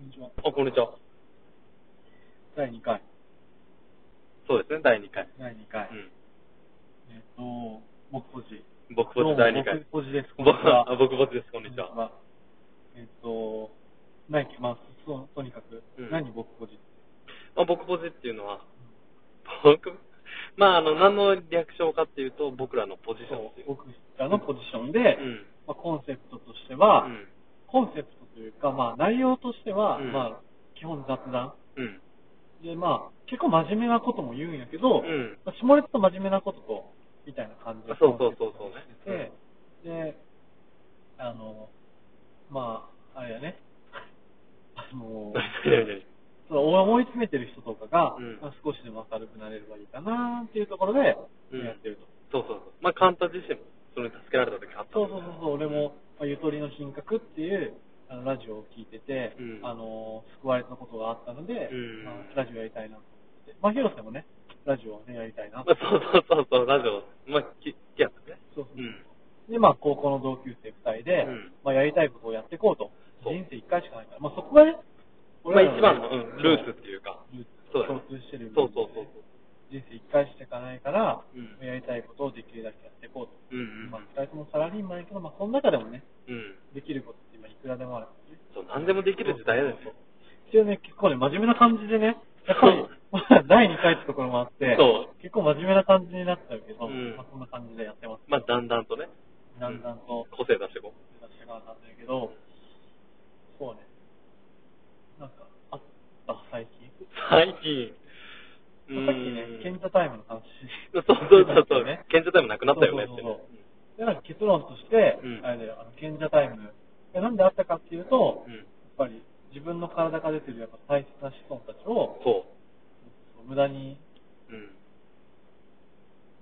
にちは。あ、こんにちは。第2回。そうですね、第2回。第2回。うえっと、僕ポジ。ん。僕ぼち第2回。僕ポジです。こん僕にちは。あ 僕ぼちです、こんにちこは。。えっと、何まあ、そとにかく、うん何僕ポジ。まあ、僕ぼちっていうのは、僕、まあ、あの、何の略称かっていうと、僕らのポジションっていう。僕らのポジションで、うん。まあ、コンセプトとしては、うん。コンセプトというか、まあ、内容としては、うんまあ、基本雑談。うん。で、まあ、結構真面目なことも言うんやけど、うんまあ下ネタと真面目なことと、みたいな感じであそうそうそうそうねしててで、あの、まあ、あれやね、あの、その思い詰めてる人とかが、うんまあ、少しでも明るくなれればいいかなっていうところで、うんやってると。そうそうそう。まあ、簡単自身も、それに助けられた時あったそもうんそねうそうそう、俺も、まあゆとりの品格っていうあのラジオを聞いてて、うんあの救われたことがあったので、うんまあ、ラジオやりたいなと思って、まあ、広瀬もね、ラジオを、ね、やりたいなまとあ、そうそうそうそう、ラジオ、まあ、き、きやったね。そうう。そうんで、まあ、高校の同級生2人で、うんまあ、やりたいことをやっていこうと、そう人生1回しかないから、まあ、そこがね、まあ、俺ら一番の、うねん、ルーツっていうか。ルーツそうだ共ね通してるそうそうそうそう。人生1回しかないから、うんやりたいことをできるだけやっていこうと。うんうん。まあ、2人ともサラリーマンやけど、まあ、その中でもね、うん。できることって今いくらでもあるからね。そう、何でもできる時代ですよ。一応ね、結構ね、真面目な感じでね、やっぱそうり、 第2回ってところもあって、そう結構真面目な感じになっちゃうけど、うんまあ、こんな感じでやってます。まあ、だんだんとね、だんだんと、個性出していこ出してからなんだけど、そうね。なんか、あった、最近。う。最近。うーんさっきね、賢者タイムの話。そうそうそう そそううね。賢者タイムなくなったよねって。そうそうそうで、なんか結論として、うんあれだよ、あの、賢者タイム。でなんであったかっていうと、うんやっぱり自分の体から出てるやっぱ大切な子孫たちを、そ無駄に、う。うん。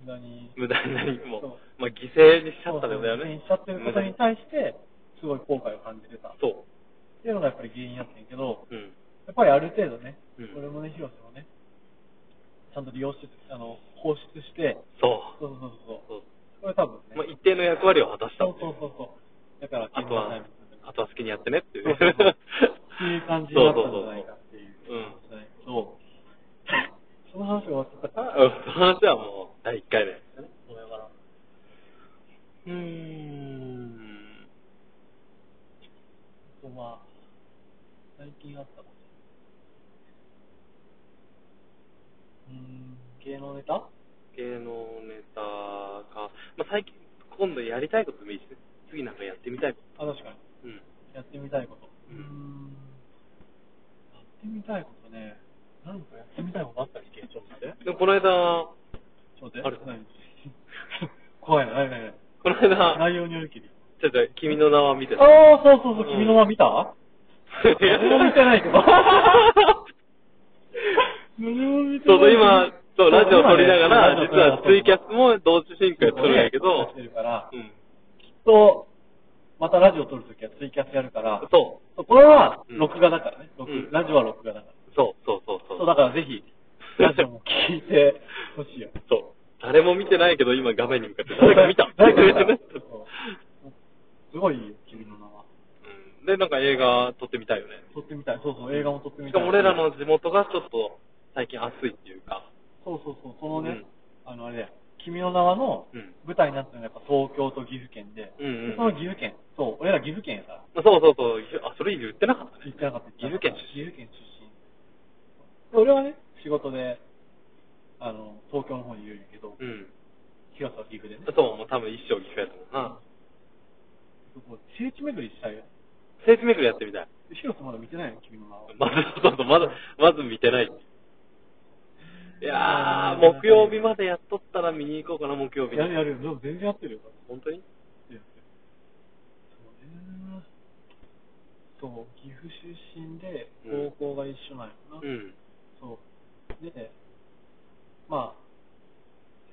無駄に、無駄に何もそうまあ、犠牲にしちゃったんだよそうそう犠牲にねし。ちゃってることに対して、すごい後悔を感じてた。っそていうのがやっぱり原因やってんけど、う。うん。やっぱりある程度ね、うん俺もね、広瀬もね、ちゃんと利用して、あの、放出して、そう。そうそうそうそう。そうこれ多分ね、まあ、一定の役割を果たしたそうっていそうう。そうそう。だから、あとは、あとは好きにやってねっていう。そうそう そうっていう感じになったんじゃないかっていう。そうそうそうじゃないけど、その話終わってたそうかん。ら、あうんその話はもう、第1回で。そうだから、うーん。とまあ、最近あったこと。うーん、芸能ネタ芸能ネタか。まあ、最近、今度やりたいことでもいいしね。次なんかやってみたいこあ、確かに。と。うん。やってみたいこと。うんん。やってみたいことね。何かやってみたいことあったっけちょっと待って。でもこの間、ちょっと待って。ある何 怖いな、何何この間何、内容によりきり。ちょっと君の名は見て た。ああ、そうそうそう、うん君の名見た、何も見てないけ ど何も見てちないょうど今、そう、ラジオ撮りながら、今ね実はツイキャスも同時進行やってるんやけそうねやどって、るから、うきっん。と、またラジオ撮るときはツイキャスやるから、。そうこれは、うん録画だからね。録うんラジオは録画だから。う、そう、そう、そう、そう、だからぜひ、ラジオも聞いてほしいよ。そう。誰も見てないけど、今画面に向かって、誰か見た誰か見た うすごいいいよ、君の名は。んで、なんか映画撮ってみたいよね。撮ってみたい。そうそう、映画も撮ってみしたかい。も俺らの地元がちょっと最近暑いっていうか、そうそうそう、そのね、うんあのあれだよ、君の名はのうん舞台になったのがやっぱ東京と岐阜県で、うんうんうんでその岐阜県、そう、俺ら岐阜県やから、まあそうそうそう、あ、それ言ってなかったね。言ってなかった。岐阜県岐阜県出身。で俺はね、仕事で、あの、東京の方にいるんやけど、うん。広さは岐阜でね。そう、もう多分一生聞かれたもんな。こう聖地巡りしたいよ。聖地巡りやってみたい。広さまだ見てないの、君の名は。まず、そうそう、まず、まず見てない。いやー、木曜日までやっとったら見に行こうかな、木曜日に。やるやるよ、でも全然やってるよ。本当にやってるやってるそうね。そう、岐阜出身で、うん高校が一緒なんやな。うん。そう。で、まあ、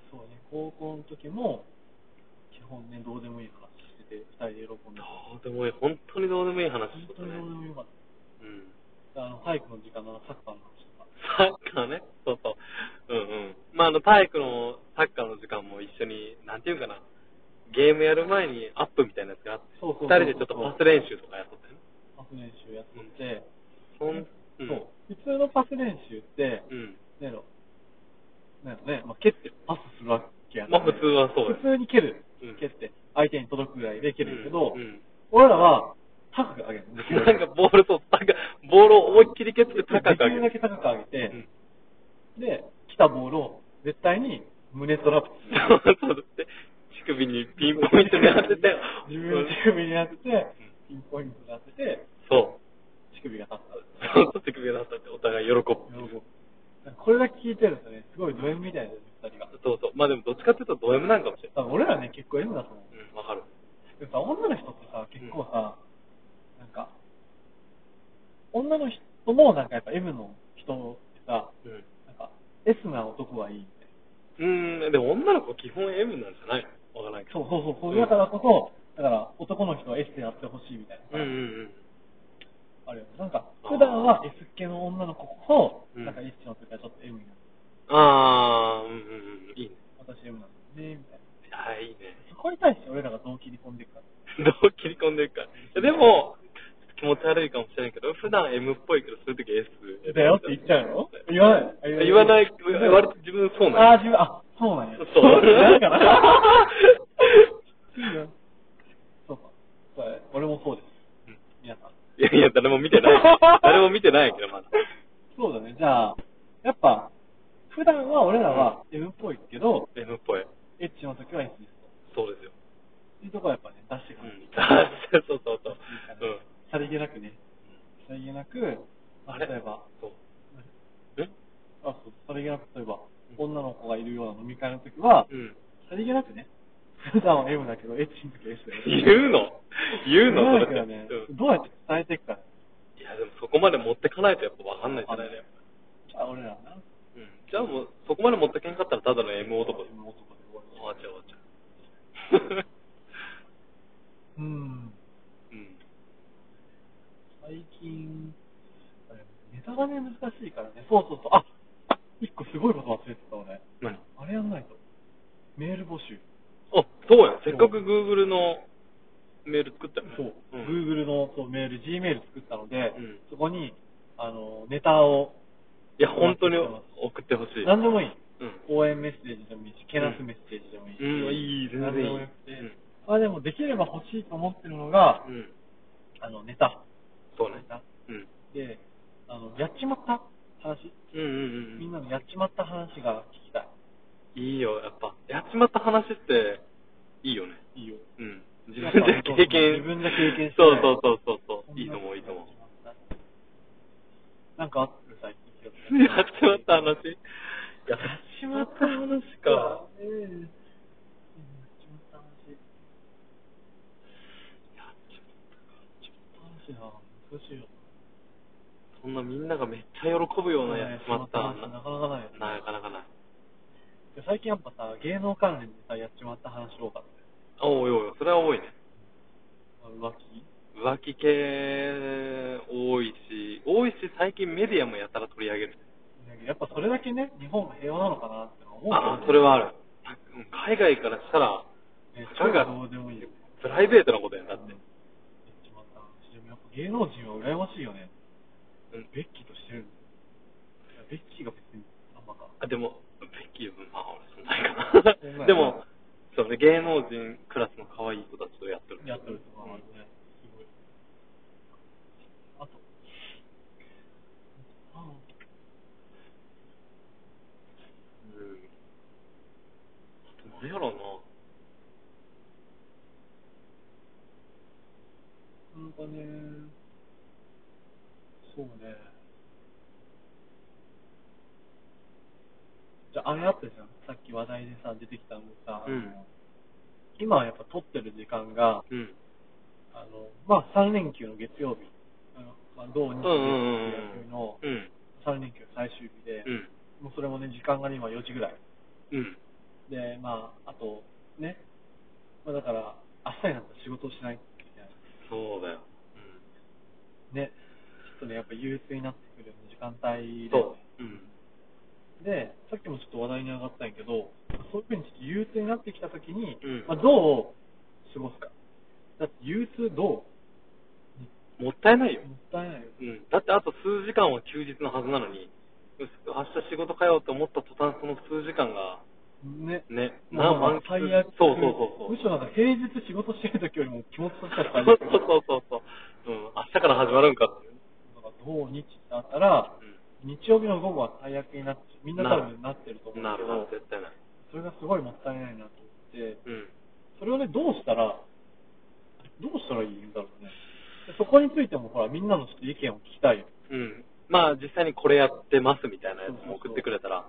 そうね、高校の時も、基本ね、どうでもいい話してて、二人で喜んでた。どうでもいい、本当にどうでもいい話本しと当っにたねどう。でもよかっうん。た。あの、体育の時間のサッカーの話とか。サッカーね、そうそう。うんうん。まあ、あの、体育のサッカーの時間も一緒に、なんていうかな、ゲームやる前にアップみたいなやつがあって、そうそうそうそう二人でちょっとパス練習とかやっとったよね。パス練習やってて、そん、うん。そう普通のパス練習って、うん。なんやろ、なんやろね、まあ、蹴ってパスするわけやんまあ普通はそうや普通に蹴るうん。蹴って、相手に届くぐらいで蹴るけど、うん俺らは、高く上げる。うんなんかボールと、なんか、ボールを思いっきり蹴って高く上げる。できるだけ高く上げてうんで、来たボールを絶対に胸トラップする。。そうそう。で、乳首にピンポイント狙ってたよ自分の乳首に当てて、ピンポイントで当てて、そう。乳首が立った。そうそう、乳首が立ってお互い喜ぶ。喜ぶなんかこれだけ聞いてるとね、すごいド M みたいなね、二人が。そうそう。まあでもどっちかっていうとド M なんかもしれな多い。分俺らね、結構 M だと思う。うん、わかる。でもさ、女の人ってさ、結構さ、なんか、女の人もなんかやっぱ M の人ってさ、うん。なんか、S な男はいいみたいな。うーん、でも女の子基本 M なんじゃないわからないけど。そうそうそう、そういうだからこそ、だから男の人は S でやってほしいみたいなさ、うんうんうん。あるよね。なんか、普段は S 系の女の子こそ、うんなんか S の時はちょっと M になる。あー、うんうんうん。いいね。私 M なんだよね、みたいな。あー、いいね。 そこに対して俺らが動機に飛んでいくから。どう切り込んでいくか。いやでも、気持ち悪いかもしれないけど、普段 M っぽいけど、そういう時 S。だよって言っちゃうの言わない。あ言わない、割と自分そうあなあ、の。自分、あ、そうなんや。そうなんかな。いいよそうか。これ俺もそうです。うん皆さん。いやいや、誰も見てない。 誰も見てないけど、まだ。そうだね。じゃあ、やっぱ、普段は俺らは M っぽいけど、 M っぽい。エッチの時は S ですと。そうですよ。っていうとこはやっぱね、出してうくる。ん。 そうそうそう。うん。さりげなくね。さりげなく、まああれ例えば、そう。えあ、そう、さりげなく、例えば、うん女の子がいるような飲み会の時は、うん。さりげなくね、普段は M だけど、エッチの時は S だよ。言うの言うのそれそれだけどね、うんどうやって伝えていくか。いや、でもそこまで持ってかないとやっぱわかんないじゃないのよ。じゃあ、俺らはな。うん。じゃあもう、そこまで持ってけんかったらただの M 男です。 M 男で終わ終るわっちゃう終わっちゃうん。 う。うん。最近、あれネタがね、難しいからね。そうそうそう。あ、一個すごいこと忘れてた、俺。何あ、あれやんないと。メール募集。そうやん。せっかく Google のメール作ったよね。そう。うん。 Google のそうメール、Gmail 作ったので、うんそこに、あの、ネタを、いや、本当に送ってほしい。何でもいい。うん。応援メッセージでもいいし、けなすメッセージでもいいし。うん、いい、全何然いでいもよくて。まあでも、できれば欲しいと思ってるのが、うん。うん。あの、ネタ。そうねネ。タうん。で、あの、やっちまった話、うんうんうん。みんなのやっちまった話が聞きたいいよ、やっぱ。やっちまった話って、いいよね。い。いいよ。うん。自分じゃ経験。自分じゃ経験してそうそうそうそうそう。いいと思う、いいと思う。なんかあった最近 やっちまった話やっちまった話か。ええやっちまった話。やっちまった話な。難しいよ。そんなみんながめっちゃ喜ぶようなやっちまったやっちまった話なかなかないよねなかなかない。で最近やっぱさ、芸能関連でさ、やっちまった話多かったよ。あおいおいおい、それは多いね。あ浮気浮気系多いし、多いし最近メディアもやたら取り上げる。やっぱそれだけね、日本が平和なのかなって思うけどね、あ、それはある。うん海外からしたら、ねそれがどうでもいいよ。プライベートなことやんだって。やっちまった話でもやっぱ芸能人は羨ましいよね。うんベッキーとしてるんだよベッキーが別にあんまか。あでも、ベッキーは、まあ、俺、そんなそんなやいかなな。でも、そうね、芸能人クラスの可愛い子たちとやってる。やってるとかうもあんるね。すごい。あと、あうん。あと何やろうな。なんかね、そうね。じゃあ、あれあったじゃん。さっき話題でさ、出てきたのさ、あのうん今はやっぱ撮ってる時間が、うん。あの、まあ、3連休の月曜日、あのまあ、土日月うんうんうん休みのうん。 3連休最終日で、うん。もうそれもね、時間がね、今4時ぐらい。うん。で、まあ、あと、ね、まあ、だから、明日になったら仕事をしないといけない。そうだよ。ね、ちょっとね、やっぱ憂鬱になってくるよね時間うん。帯そで。う。うん。で、さっきもちょっと話題に上がったんやけど、そういうふうにちょっと憂鬱になってきたときに、うんまあ、どう過ごすか。だって憂鬱どうもったいないよ。もったいないよ。うん。だってあと数時間は休日のはずなのに、明日仕事かよって思った途端その数時間が、ね。ね、まあまあ満喫最悪。そうむそうそうそう。しろなんか平日仕事してる時よりも気持ちとしては最そ悪う。そうそうそう。うん。明日から始まるんかって。だから土日ってあったら、日曜日の午後は最悪になって、みんな多分なってるとう思うん。なんだけど、るほど、絶対ない。それがすごいもったいないなと思って、うん。それをね、どうしたら、どうしたらいいんだろうね。でそこについてもほら、みんなのちょっと意見を聞きたいよ。うん。まあ、実際にこれやってますみたいなやつも送ってくれたら、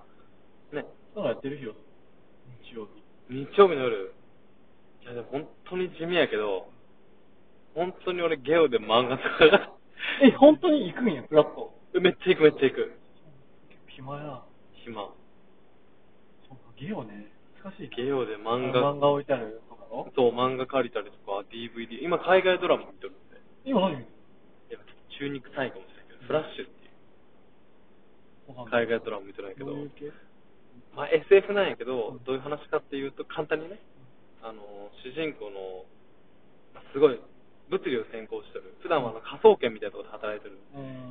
ね、そういうのやってる日よ、日曜日。日曜日の夜、いや、でも本当に地味やけど、本当に俺ゲオで漫画とか が、え、本当に行くんや、フラット。めっちゃ行くめっちゃ行く。暇やな。暇。そうか、ゲオね。難しいね。ゲオで漫あの画、漫画置いてあるとかのそう、漫画借りたりとか、DVD、今海外ドラマ見てるんで、今何見てるいや、ちょっと中肉臭いかもしれないけど、フラッシュっていう、わかんない海外ドラマ見てないけどどう、いう系まあ SF なんやけど、どういう話かっていうと、簡単にね、あの、主人公の、すごい、物理を専攻してる、普段はあの科捜研みたいなところで働いてる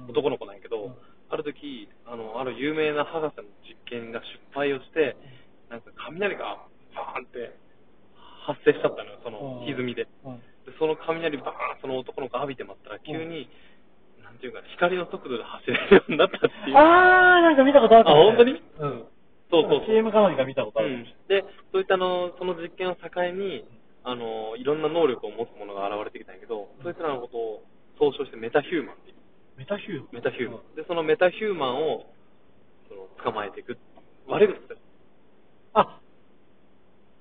男の子なんやけど、うんある時あのある有名な博士の実験が失敗をしてなんか雷がバーンって発生しちゃったのよその歪みででうん。その雷バーンその男の子浴びて待ったら急に、なんていうかね光の速度で走れるようになったっていうあー、なんか見たことあるかもあ本当にうん。そうそうそう CM か何か見たことあうるん、でそういったあのその実験を境にあのいろんな能力を持つものが現れてきたんやけどそいつらのことを総称してメタヒューマンっていうメタヒューマンメタヒューマン。で、そのメタヒューマンをその捕まえていく。悪口だよ。あ、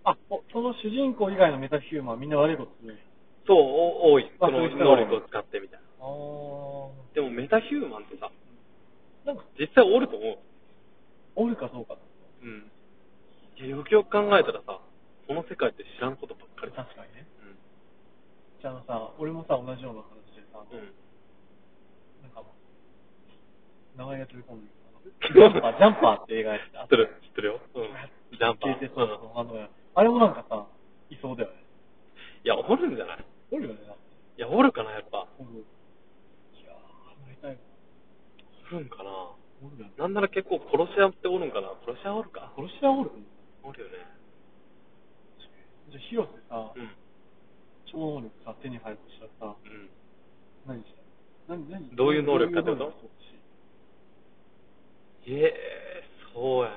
あ、おその主人公以外のメタヒューマンみんな悪いことするんや。そう、お多い。まあそそういのう人が能力を使ってみたいな。あー。でもメタヒューマンってさ、なんか、実際おると思おるかそうか。う。うん。いや、よくよく考えたらさ、この世界って知らんことばっかり確だ。かにね。うん。じゃあのさ、俺もさ、同じような話でさ、うん。なんか、名前が飛び込んでるあのジャン パー、ジャンパーって映画やって知たってる、知ってるよ。うん。ジャンパ消ー。えてそううんあのあれもなんかさ、いそうだよね。いや、おるんじゃないおるよね、なんか。いや、おるかな、やっぱ。おる。いやー、なりたいわ。おるんかな。おるよね。なんなら結構殺し屋っておるんかな。殺し屋おるか。殺し屋おるおるよね。じゃあ、広瀬さ、うん。超能力さ、手に入るとしたらさ、うん。何したい何、何どういう能力かってこどとういう能力欲しいええそうやね。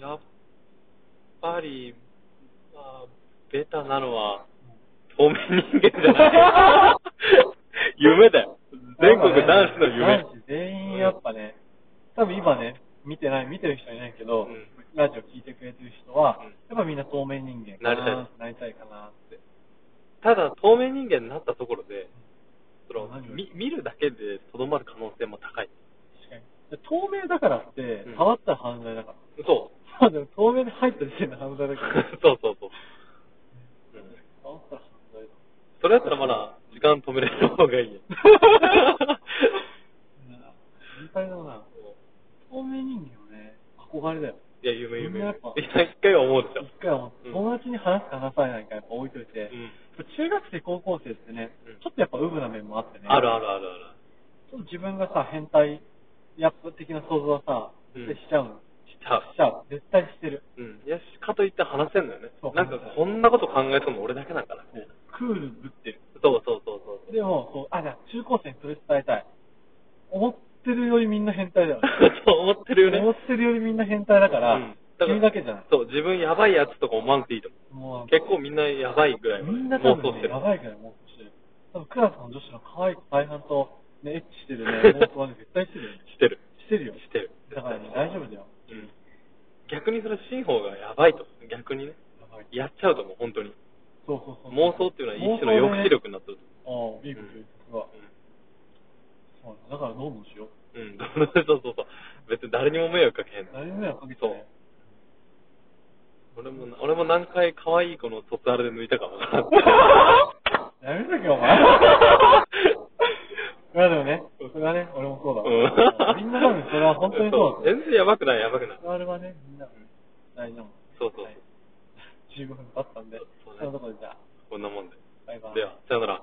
やっぱり、まあ、ベタなのは、透明人間じ ゃない。夢だよ。全国男子の夢。男子全員やっぱね、多分今ね、見てない、見てる人いないけど、うんラジオ聞いてくれてる人は、うんやっぱみんな透明人間かな、なりたいかなって。ただ、透明人間になったところで、その何をみ見るだけでとどまる可能性も高い。確かに。で透明だからってうん、触ったら犯罪だから。 そう。まあでも透明で入った時点で犯罪だから。 そうそうそう。うん触ったら犯罪だ。それやったらまだ時間止めれる方がい いよ。心配だな。透明人間はね、憧れだよ。いや、夢夢。みんなやっぱ一回は思うでしょ一。回はもううん友達に話すか話さないかやっぱ置いといて、うん中学生、高校生ってね、うんちょっとやっぱウブな面もあってね、あるあるあるある。ちょっと自分がさ、変態、やっぱ的な想像はさ、うん絶対しちゃうの。しちゃうしちゃう。絶対してる。うん。いや、かといって話せんのよねそう。なんか、こんなこと考えとんの俺だけなんかな。こうクールぶってる。そうそうそうそう。でも、こう、あ、じゃあ中高生にそれ伝えたい。思ってるよりみんな変態だよね。そう 思ってるよね。思ってるよりみんな変態だから、うんだから君だけじゃない。そう、自分やばいやつとか思わんくていいと思もうう。結構みんなやばいぐらいまでみんな妄多分、想しね、てるや。ばいくらい妄想してる。多分クラスの女子の可愛い子大半と、ね、エッチしてるね、妄想はね、絶対してるよね。してる。してるよ。してる。だからね、大丈夫だよ。うん。逆にそれ、真方がやばいと。逆にね。やばいやっちゃうと思う、本当に。そうそうそう。妄想っていうのは一種の抑止力になっとる。ああ、いいこと言う。すごい。そうだからどうもしよう。うん。 うん。そうそうそう。別に誰にも迷惑かけへん。誰に迷惑かけてね。俺も、俺も何回可愛い子の卒アルで抜いたかもな。 やめとけよ、お前。 まあでもね、それはね、俺もそうだ わ。みんな多分それは本当にそうだ。全然やばくない、やばくない。あれはね、みんな、大丈夫。そうそ うはい15分経ったんで、そうねそのところでじゃあ、こんなもんで。おバイバイ。では、さよなら。